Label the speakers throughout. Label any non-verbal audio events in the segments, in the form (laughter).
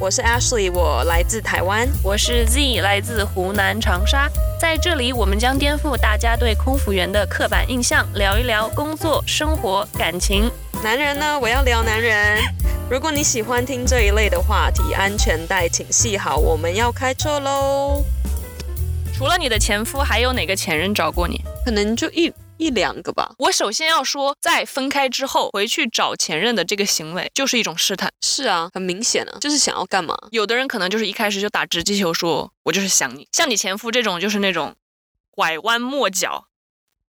Speaker 1: 我是 Ashley，我来自台湾。
Speaker 2: 我是 Z，来自湖南长沙。在这里，我们将颠覆大家对空服员的刻板印象，聊一聊工作、生活、感情。
Speaker 1: 男人呢？我要聊男 (laughs) 人。如果你喜欢听这一类的话题，安全带请系好，我们要开车喽。
Speaker 2: 除了你的前夫，还有哪个前任找过你？
Speaker 1: 可能就一一两个吧。
Speaker 2: 我首先要说，在分开之后回去找前任的这个行为，就是一种试探。
Speaker 1: 是啊，很明显啊，就是想要干嘛？
Speaker 2: 有的人可能就是一开始就打直击球说，我就是想你。像你前夫这种，就是那种拐弯抹角，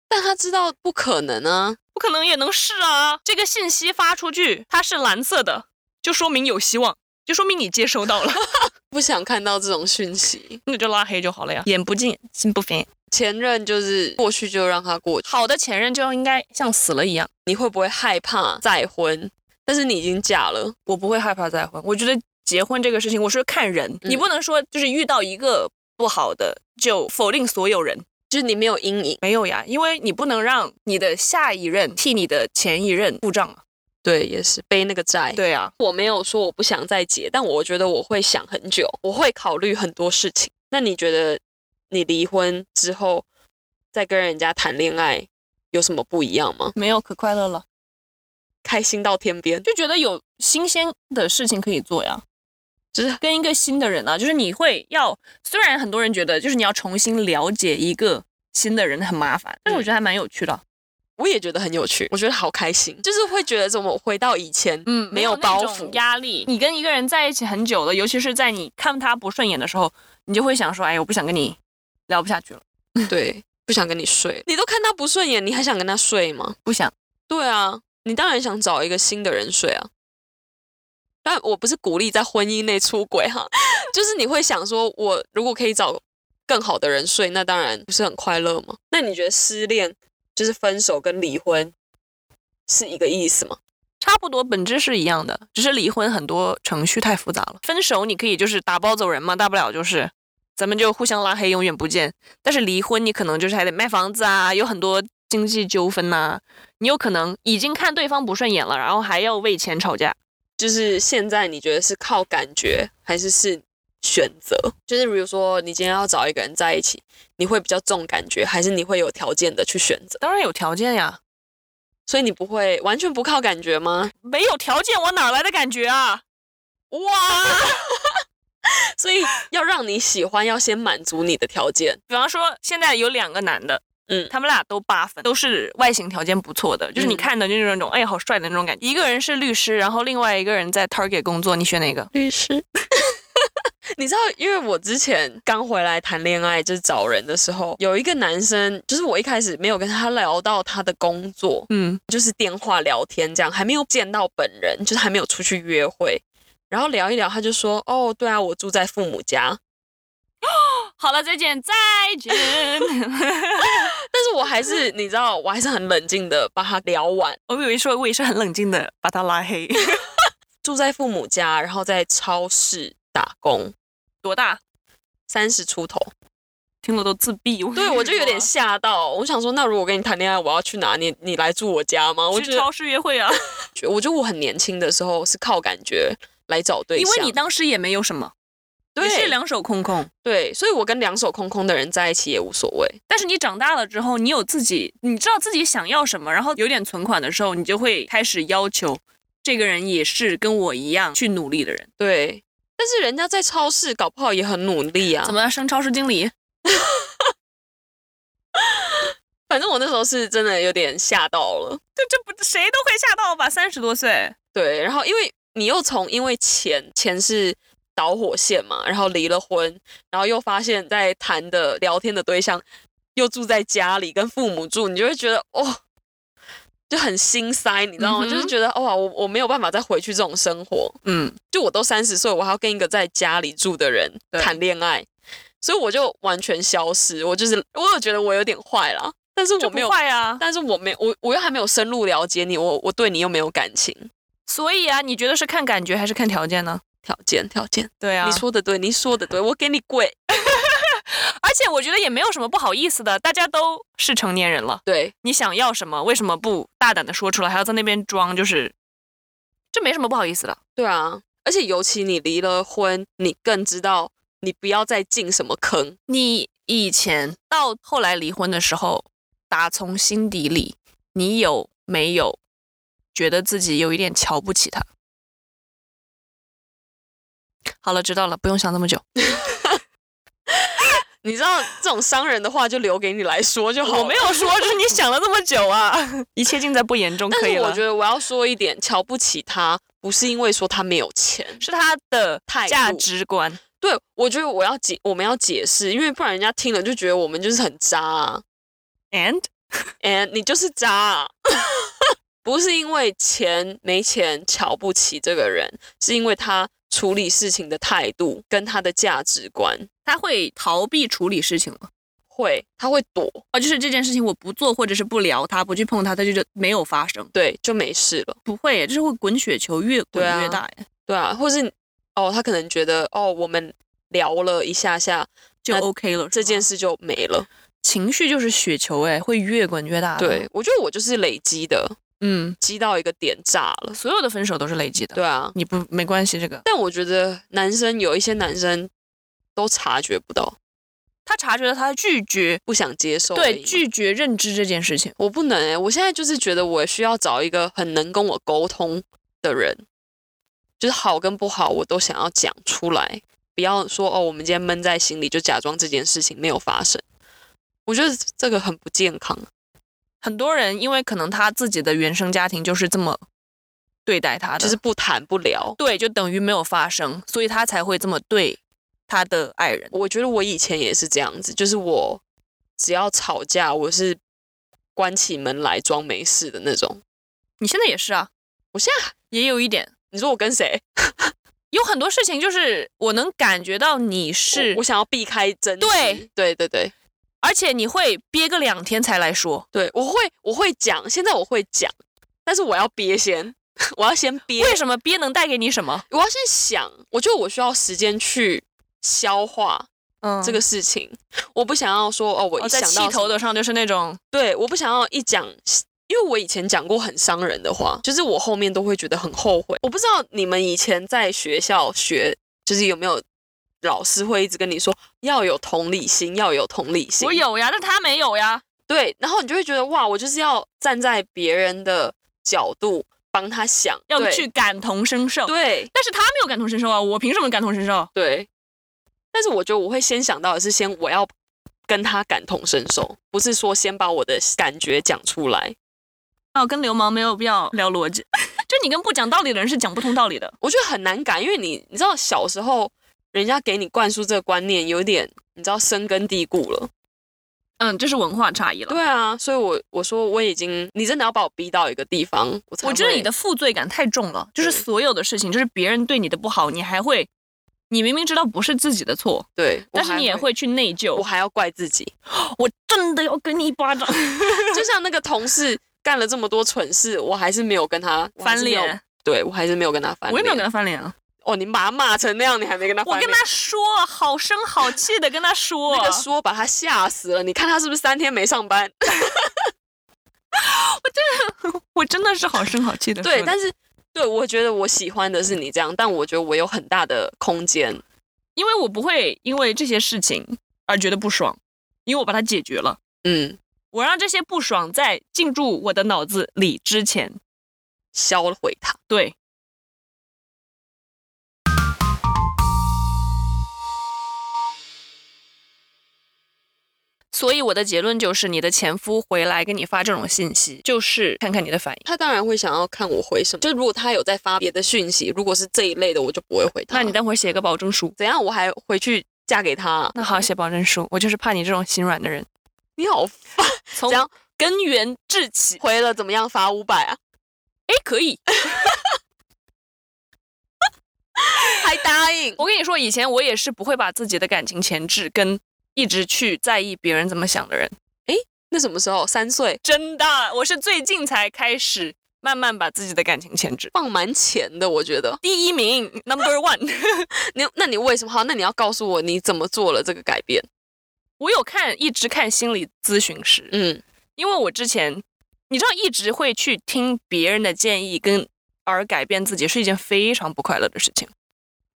Speaker 1: 但他知道不可能啊。
Speaker 2: 不可能也能试啊。这个信息发出去，它是蓝色的，就说明有希望，就说明你接收到了， (laughs)
Speaker 1: 不想看到这种讯息，
Speaker 2: 那就拉黑就好了呀。眼不见心不烦。
Speaker 1: 前任就是过去就让他过去。
Speaker 2: 好的前任就应该像死了一样。
Speaker 1: 你会不会害怕再婚？但是你已经嫁了，
Speaker 2: 我不会害怕再婚，我觉得结婚这个事情，我说看人，你不能说就是遇到一个不好的就否定所有人。
Speaker 1: 就是你没有阴影。
Speaker 2: 没有呀，因为你不能让你的下一任替你的前一任付账啊。
Speaker 1: 对，也是背那个债。
Speaker 2: 对啊，
Speaker 1: 我没有说我不想再结，但我觉得我会想很久，我会考虑很多事情。那你觉得你离婚之后再跟人家谈恋爱有什么不一样吗？
Speaker 2: 没有可快乐了，
Speaker 1: 开心到天边，
Speaker 2: 就觉得有新鲜的事情可以做呀。
Speaker 1: 就是
Speaker 2: 跟一个新的人啊，就是你会要，虽然很多人觉得就是你要重新了解一个新的人很麻烦，但是我觉得还蛮有趣的。
Speaker 1: 我也觉得很有趣，我觉得好开心，就是会觉得怎么回到以前，
Speaker 2: 嗯
Speaker 1: 没有包袱，
Speaker 2: 压力。你跟一个人在一起很久了，尤其是在你看他不顺眼的时候，你就会想说，哎，我不想跟你聊不下去了，
Speaker 1: 对，不想跟你睡，你都看他不顺眼，你还想跟他睡吗？
Speaker 2: 不想。
Speaker 1: 对啊，你当然想找一个新的人睡啊。但我不是鼓励在婚姻内出轨哈， (laughs) 就是你会想说，我如果可以找更好的人睡，那当然不是很快乐吗？那你觉得失恋就是分手跟离婚是一个意思吗？
Speaker 2: 差不多本质是一样的，只是离婚很多程序太复杂了。分手你可以就是打包走人嘛，大不了就是咱们就互相拉黑，永远不见。但是离婚你可能就是还得卖房子啊，有很多经济纠纷呐、你有可能已经看对方不顺眼了，然后还要为钱吵架。
Speaker 1: 就是现在你觉得是靠感觉还是是选择？就是比如说你今天要找一个人在一起，你会比较重感觉，还是你会有条件的去选择？
Speaker 2: 当然有条件呀，
Speaker 1: 所以你不会完全不靠感觉吗？
Speaker 2: 没有条件我哪来的感觉啊？
Speaker 1: 哇！ (laughs) 所以要让你喜欢，要先满足你的条件。
Speaker 2: 比方说现在有两个男的，
Speaker 1: 嗯
Speaker 2: 他们俩都八分，都是外形条件不错的，就是你
Speaker 1: 嗯
Speaker 2: 看的就是那种、哎好帅的那种感觉。一个人是律师，然后另外一个人在 Target 工作，你选哪个？
Speaker 1: 律师， (laughs) 你知道，因为我之前刚回来谈恋爱，就是找人的时候，有一个男生，就是我一开始没有跟他聊到他的工作，
Speaker 2: 嗯，
Speaker 1: 就是电话聊天这样，还没有见到本人，就是还没有出去约会。然后聊一聊，他就说：“哦，对啊，我住在父母家。
Speaker 2: 好了，再见，再见。
Speaker 1: 但是我还是，你知道，我还是很冷静的把他聊完。
Speaker 2: (laughs) 我以为说我也是很冷静的把他拉黑。
Speaker 1: 住在父母家，然后在超市打工，
Speaker 2: (laughs) 多大？
Speaker 1: 三十出头。
Speaker 2: 听了都自闭。
Speaker 1: 对，我就有
Speaker 2: (laughs)
Speaker 1: 点吓到。我想说，那如果跟你谈恋爱，我要去哪？你你来住我家吗？我
Speaker 2: 我
Speaker 1: 觉
Speaker 2: 去
Speaker 1: 得
Speaker 2: 超，市约会啊，
Speaker 1: 我觉得我很年轻的时候是靠感觉来找对
Speaker 2: (laughs) 因
Speaker 1: 象，
Speaker 2: 为你当时也没有什么，你是
Speaker 1: 对
Speaker 2: 两手空空。
Speaker 1: 对，所以我跟两手空空的人在一起也无所谓。
Speaker 2: 但是你长大了之后，你有自己，你知道自己想要什么，然后有点存款的时候，你就会开始要求这个人也是跟我一样去努力的人。
Speaker 1: 对，但是人家在超市搞不好也很努力啊
Speaker 2: 怎。么升超市经理？
Speaker 1: 反正我那时候是真的有点吓到了。
Speaker 2: 这这不谁都会吓到吧？三十多岁，
Speaker 1: 对，然后因为你又从因为钱钱是导火线嘛，然后离了婚，然后又发现在谈的聊天的对象又住在家里跟父母住，你就会觉得哦，就很心塞，你知道吗？就
Speaker 2: 嗯
Speaker 1: 是
Speaker 2: 哼
Speaker 1: 觉得哇，我我没有办法再回去这种生活，
Speaker 2: 嗯，
Speaker 1: 就我都三十岁，我还要跟一个在家里住的人
Speaker 2: 对
Speaker 1: 谈恋爱，所以我就完全消失，我就是我有觉得我有点坏啦。但是
Speaker 2: 就
Speaker 1: 我
Speaker 2: 不
Speaker 1: 没有，
Speaker 2: 坏啊。
Speaker 1: 但是我没我我又还没有深入了解你，我我对你又没有感情
Speaker 2: 所以啊，你觉得是看感觉还是看条件呢？
Speaker 1: 条件条件。
Speaker 2: 对啊
Speaker 1: 你，说的对，你说的对，我给你跪。
Speaker 2: 而且我觉得也没有什么不好意思的，大家都是成年人了，
Speaker 1: 对，
Speaker 2: 你想要什么，为什么不大胆的说出来，还要在那边装，就是这没什么不好意思的。
Speaker 1: 对啊，而且尤其你离了婚，你更知道你不要再进什么坑。
Speaker 2: 你以前到后来离婚的时候，打从心底里，你有没有觉得自己有一点瞧不起他？好了，知道了，不用想那么久。
Speaker 1: 你知道这种伤人的话就留给你来说就好了。
Speaker 2: 我没有说，就是你想了那么
Speaker 1: (laughs)
Speaker 2: 久啊，一切尽在不言中，
Speaker 1: 但
Speaker 2: 可以
Speaker 1: 是
Speaker 2: 了。
Speaker 1: 我觉得我要说一点，瞧不起他不是因为说他没有钱，
Speaker 2: 是他的
Speaker 1: 态度
Speaker 2: 价值观，
Speaker 1: 对我觉得我要解我们要解释，因为不然人家听了就觉得我们就是很渣、啊、
Speaker 2: ，and
Speaker 1: ，and 你就是渣、啊。 (laughs) 不是因为钱没钱瞧不起这个人，是因为他处理事情的态度跟他的价值观
Speaker 2: 他会逃避处理事情吗？
Speaker 1: 会，他会躲，
Speaker 2: 啊，就是这件事情我不做或者是不聊它，不去碰它，它就就没有发生。
Speaker 1: 对，就没事了。
Speaker 2: 不会耶，就是会滚雪球越滚
Speaker 1: 对啊
Speaker 2: 越大耶，
Speaker 1: 对啊，或是哦，他可能觉得哦，我们聊了一下下，
Speaker 2: 就
Speaker 1: 那
Speaker 2: OK 了。
Speaker 1: 这件
Speaker 2: 事
Speaker 1: 事就没了。
Speaker 2: 情绪就是雪球，哎，会越滚越大。
Speaker 1: 对，，我觉得我就是累积的，
Speaker 2: 嗯，
Speaker 1: 积到一个点炸了。
Speaker 2: 所有的分手都是累积的。
Speaker 1: 对啊，
Speaker 2: 你不没关系，这个
Speaker 1: 但我觉得男生有一些男生都察觉不到，
Speaker 2: 他察觉了，他拒绝，
Speaker 1: 不想接受而已嘛。
Speaker 2: 对，拒绝认知这件事情。
Speaker 1: 我不能哎、我现在就是觉得我需要找一个很能跟我沟通的人，就是好跟不好我都想要讲出来，不要说哦，我们今天闷在心里，就假装这件事情没有发生。我觉得这个很不健康。
Speaker 2: 很多人因为可能他自己的原生家庭就是这么对待他的，
Speaker 1: 就是不谈不聊。
Speaker 2: 对，就等于没有发生，所以他才会这么对他的爱人。
Speaker 1: 我觉得我以前也是这样子，就是我只要吵架，我是关起门来装没事的那种。
Speaker 2: 你现在也是啊，
Speaker 1: 我现在
Speaker 2: 也有一点，
Speaker 1: 你说我跟谁？
Speaker 2: 有很多事情就是我能感觉到你是
Speaker 1: 我，我想要避开争执。
Speaker 2: 对
Speaker 1: 对对对
Speaker 2: 而且你会憋个两天才来说。
Speaker 1: 对，我会我会讲，现在我会讲，但是我要憋先， (laughs) 我要先憋，
Speaker 2: 为什么憋能带给你什么？
Speaker 1: 我要先想。我觉得我需要时间去消化
Speaker 2: 嗯
Speaker 1: 这个事情，我不想要说哦，我
Speaker 2: 哦
Speaker 1: 一
Speaker 2: 在
Speaker 1: 想
Speaker 2: 气
Speaker 1: 到什
Speaker 2: 头
Speaker 1: 么
Speaker 2: 的上就是那种
Speaker 1: 对，我不想要一讲，因为我以前讲过很伤人的话，就是我后面都会觉得很后悔。我不知道你们以前在学校学，就是有没有老师会一直跟你说要有同理心，要有同理心。
Speaker 2: 我有呀，但他没有呀。
Speaker 1: 对，然后你就会觉得哇，我就是要站在别人的角度帮他想，
Speaker 2: 要
Speaker 1: 对
Speaker 2: 去感同身受。
Speaker 1: 对
Speaker 2: 但是他没有感同身受啊，我凭什么感同身受？
Speaker 1: 对。但是我觉得我会先想到的是，先我要跟他感同身受，不是说先把我的感觉讲出来。
Speaker 2: 哦，跟流氓没有必要聊逻辑， (laughs) 就你跟不讲道理的人是讲不通道理的。
Speaker 1: 我觉得很难改，因为你你知道小时候人家给你灌输这个观念，有点你知道深根蒂固了。
Speaker 2: 嗯，这是文化差异了。
Speaker 1: 对啊，所以我我说我已经，你真的要把我逼到一个地方，我才
Speaker 2: 我觉得
Speaker 1: 会
Speaker 2: 你的负罪感太重了，就是
Speaker 1: 对
Speaker 2: 所有的事情，就是别人对你的不好，你还会，你明明知道不是自己的错，
Speaker 1: 对，我
Speaker 2: 但是
Speaker 1: 还
Speaker 2: 你也，会去内疚。
Speaker 1: 我还要怪自己，
Speaker 2: 我真的要给你一巴掌，
Speaker 1: 就像那个同事干了这么多蠢事，我还是没有跟他我还
Speaker 2: (laughs) 翻
Speaker 1: 是没有
Speaker 2: 脸，
Speaker 1: 对我还是没有跟他翻脸，
Speaker 2: 我也没有跟他翻脸啊，
Speaker 1: 哦，你把他骂成那样，你还没跟他
Speaker 2: 我
Speaker 1: 翻脸，
Speaker 2: 跟他说，好声好气的跟他 (laughs) 说，
Speaker 1: 那个说把他吓死了，你看他是不是三天没上班？ (laughs)
Speaker 2: 我真的是好声好气的。 (laughs)
Speaker 1: 对，但是对我觉得我喜欢的是你这样，但我觉得我有很大的空间。
Speaker 2: 因为我不会因为这些事情而觉得不爽，因为我把它解决了，
Speaker 1: 嗯，
Speaker 2: 我让这些不爽在进入我的脑子里之前，
Speaker 1: 销毁它。
Speaker 2: 对。所以我的结论就是，你的前夫回来给你发这种信息，就是看看你的反应。
Speaker 1: 他当然会想要看我回什么。就如果他有在发别的讯息，如果是这一类的，我就不会回他。
Speaker 2: 那你待会儿写个保证书。
Speaker 1: 怎样？我还回去嫁给他？啊
Speaker 2: 那好，写保证书。我就是怕你这种心软的人，
Speaker 1: 你好烦。
Speaker 2: 从
Speaker 1: 怎样
Speaker 2: 根源治起。
Speaker 1: 回了怎么样？罚五百啊？
Speaker 2: 哎，可以。
Speaker 1: (laughs) 还答应？
Speaker 2: 我跟你说，以前我也是不会把自己的感情前置，跟一直去在意别人怎么想的人。
Speaker 1: 那什么时候？三岁，
Speaker 2: 真的，我是最近才开始慢慢把自己的感情牵制。
Speaker 1: 放蛮前的，我觉得。
Speaker 2: 第一名，number one，
Speaker 1: 你那你为什么好？那你要告诉我你怎么做了这个改变？
Speaker 2: (laughs) 我有看，一直看心理咨询师，
Speaker 1: 嗯
Speaker 2: 因为我之前，你知道，一直会去听别人的建议，跟而改变自己是一件非常不快乐的事情。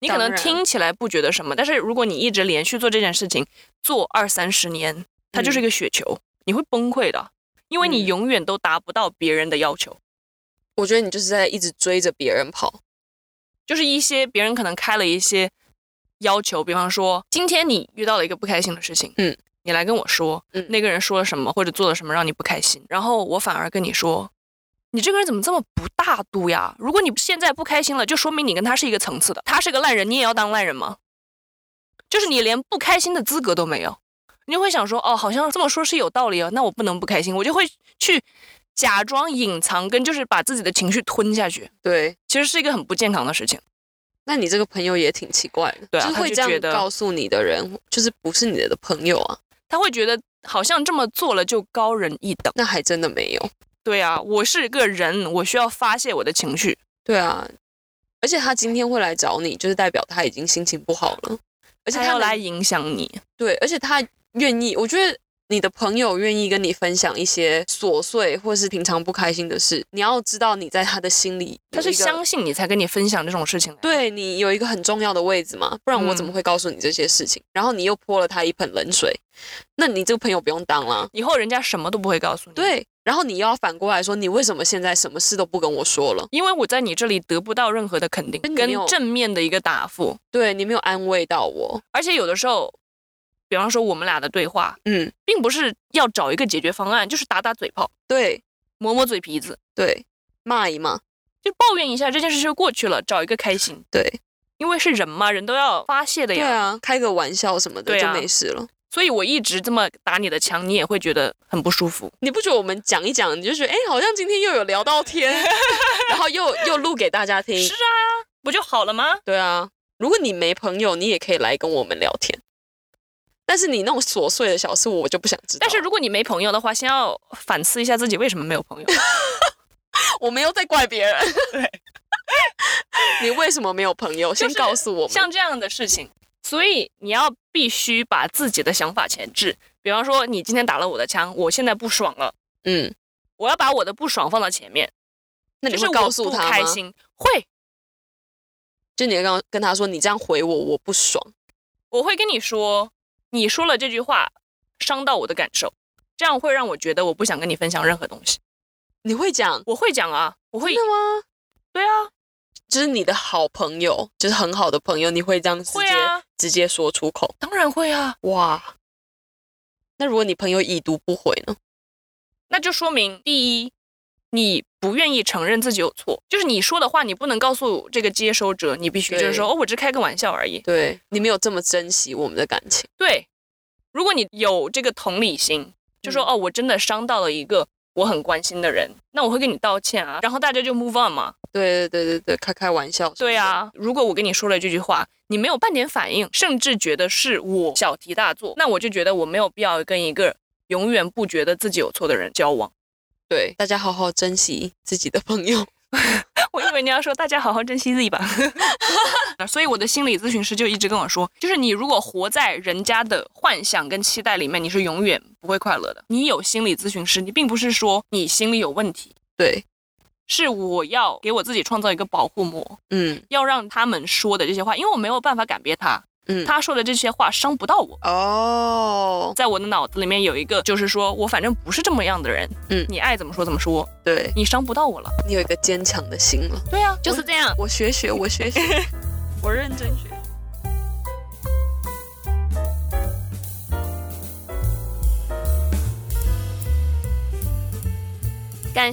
Speaker 2: 你
Speaker 1: 当
Speaker 2: 可能
Speaker 1: 然
Speaker 2: 听起来不觉得什么，但是如果你一直连续做这件事情，做二三十年，它就是一个雪球，你会崩溃的，因为你
Speaker 1: 嗯
Speaker 2: 永远都达不到别人的要求，
Speaker 1: 我觉得你就是在一直追着别人跑。
Speaker 2: 就是一些别人可能开了一些要求，比方说今天你遇到了一个不开心的事情，
Speaker 1: 嗯，
Speaker 2: 你来跟我说，
Speaker 1: 嗯
Speaker 2: 那个人说了什么或者做了什么让你不开心，然后我反而跟你说，你这个人怎么这么不大度呀？如果你现在不开心了，就说明你跟他是一个层次的，他是个烂人，你也要当烂人吗？就是你连不开心的资格都没有，你就会想说，哦，好像这么说是有道理哦，那我不能不开心，我就会去假装隐藏，跟就是把自己的情绪吞下去，
Speaker 1: 对，
Speaker 2: 其实是一个很不健康的事情。
Speaker 1: 那你这个朋友也挺奇怪的，
Speaker 2: 对啊
Speaker 1: 就是
Speaker 2: 他
Speaker 1: 会
Speaker 2: 就
Speaker 1: 这
Speaker 2: 觉
Speaker 1: 样
Speaker 2: 得
Speaker 1: 告诉你的人，就是不是你的朋友啊？
Speaker 2: 他会觉得好像这么做了就高人一等。
Speaker 1: 那还真的没有。
Speaker 2: 对啊，我是个人，我需要发泄我的情绪。
Speaker 1: 对啊，而且他今天会来找你，就是代表他已经心情不好了，而
Speaker 2: 而
Speaker 1: 且
Speaker 2: 且
Speaker 1: 他
Speaker 2: 要
Speaker 1: 能
Speaker 2: 来影响你，
Speaker 1: 对，而且他愿意，我觉得你的朋友愿意跟你分享一些琐碎或是平常不开心的事，你要知道你在他的心里有
Speaker 2: 他是
Speaker 1: 一个
Speaker 2: 相信你才跟你分享这种事情的。
Speaker 1: 对你有一个很重要的位置嘛，不然我
Speaker 2: 嗯
Speaker 1: 怎么会告诉你这些事情？然后你又泼了他一盆冷水，那你这个朋友不用当啦。
Speaker 2: 以后人家什么都不会告诉你。，
Speaker 1: 对，然后你又要反过来说，你为什么现在什么事都不跟我说了？
Speaker 2: 因为我在你这里得不到任何的肯定
Speaker 1: 跟你
Speaker 2: 跟
Speaker 1: 没有
Speaker 2: 正面的一个答复，
Speaker 1: 对你没有安慰到我，
Speaker 2: 而且有的时候，比方说我们俩的对话，
Speaker 1: 嗯，
Speaker 2: 并不是要找一个解决方案，就是打打嘴炮，
Speaker 1: 对
Speaker 2: 磨磨嘴皮子，
Speaker 1: 对，骂一骂，
Speaker 2: 就抱怨一下这件事就过去了，找一个开心，
Speaker 1: 对
Speaker 2: 因为是人嘛，人都要发泄的
Speaker 1: 对
Speaker 2: 呀。
Speaker 1: 啊，开个玩笑什么的
Speaker 2: 对
Speaker 1: 就
Speaker 2: 啊
Speaker 1: 没事了。
Speaker 2: 所以我一直这么打你的枪，你也会觉得很不舒服。
Speaker 1: 你不觉得我们讲一讲，你就觉得哎，好像今天又有聊到
Speaker 2: (laughs)
Speaker 1: 天，然后又又录给大家听。
Speaker 2: 是啊，不就好了吗？
Speaker 1: 对啊，如果你没朋友，你也可以来跟我们聊天。但是你那种琐碎的小事，我就不想知道。
Speaker 2: 但是如果你没朋友的话，先要反思一下自己为什么没有朋友。
Speaker 1: 我没有在怪别 (laughs) 人。你为什么没有朋友？
Speaker 2: 就
Speaker 1: 先
Speaker 2: 是
Speaker 1: 告诉我们。
Speaker 2: 像这样的事情，所以你要必须把自己的想法前置。比方说，你今天打了我的枪，我现在不爽了，
Speaker 1: 嗯，
Speaker 2: 我要把我的不爽放到前面。
Speaker 1: 那你
Speaker 2: 就是
Speaker 1: 会
Speaker 2: 我
Speaker 1: 告诉
Speaker 2: 不
Speaker 1: 他
Speaker 2: 开
Speaker 1: 吗？
Speaker 2: 心，会，
Speaker 1: 就你刚跟他说，你这样回我，我不爽。
Speaker 2: 我会跟你说，你说了这句话，伤到我的感受，这样会让我觉得我不想跟你分享任何东西。
Speaker 1: 你会讲
Speaker 2: 我会讲啊，我会
Speaker 1: 真，的吗？
Speaker 2: 对啊，
Speaker 1: 就是你的好朋友，就是很好的朋友，你会这样直
Speaker 2: 会
Speaker 1: 接、
Speaker 2: 啊
Speaker 1: 直接说出口。
Speaker 2: 当然会啊。
Speaker 1: 哇，那如果你朋友已读不回呢？
Speaker 2: 那就说明第一，你不愿意承认自己有错，就是你说的话，你不能告诉这个接收者，你必须就是说，哦，我只开个玩笑而已。
Speaker 1: 对你没有这么珍惜我们的感情。
Speaker 2: 对，如果你有这个同理心，就说、
Speaker 1: 嗯
Speaker 2: 哦，我真的伤到了一个我很关心的人，那我会跟你道歉啊，然后大家就 move on 嘛。
Speaker 1: 对对对对对，开开玩笑。
Speaker 2: 对，啊，如果我跟你说了这句话，你没有半点反应，甚至觉得是我小题大做，那我就觉得我没有必要跟一个永远不觉得自己有错的人交往。
Speaker 1: 对，大家好好珍惜自己的朋友。
Speaker 2: 我以为你要说大家好好珍惜自己吧， (laughs) 所以我的心理咨询师就一直跟我说，就是你如果活在人家的幻想跟期待里面，你是永远不会快乐的。你有心理咨询师，你并不是说你心里有问题，
Speaker 1: 对，
Speaker 2: 是我要给我自己创造一个保护膜，
Speaker 1: 嗯
Speaker 2: 要让他们说的这些话，因为我没有办法改变他，
Speaker 1: 嗯，
Speaker 2: 他说的这些话伤不到我。
Speaker 1: 哦，
Speaker 2: 在我的脑子里面有一个，就是说我反正不是这么样的人，
Speaker 1: 嗯
Speaker 2: 你爱怎么说怎么说，
Speaker 1: 对
Speaker 2: 你伤不到我了。
Speaker 1: 你有一个坚强的心了。
Speaker 2: 对啊，就是这样。
Speaker 1: 我学学，我学学。
Speaker 2: 我认真学。感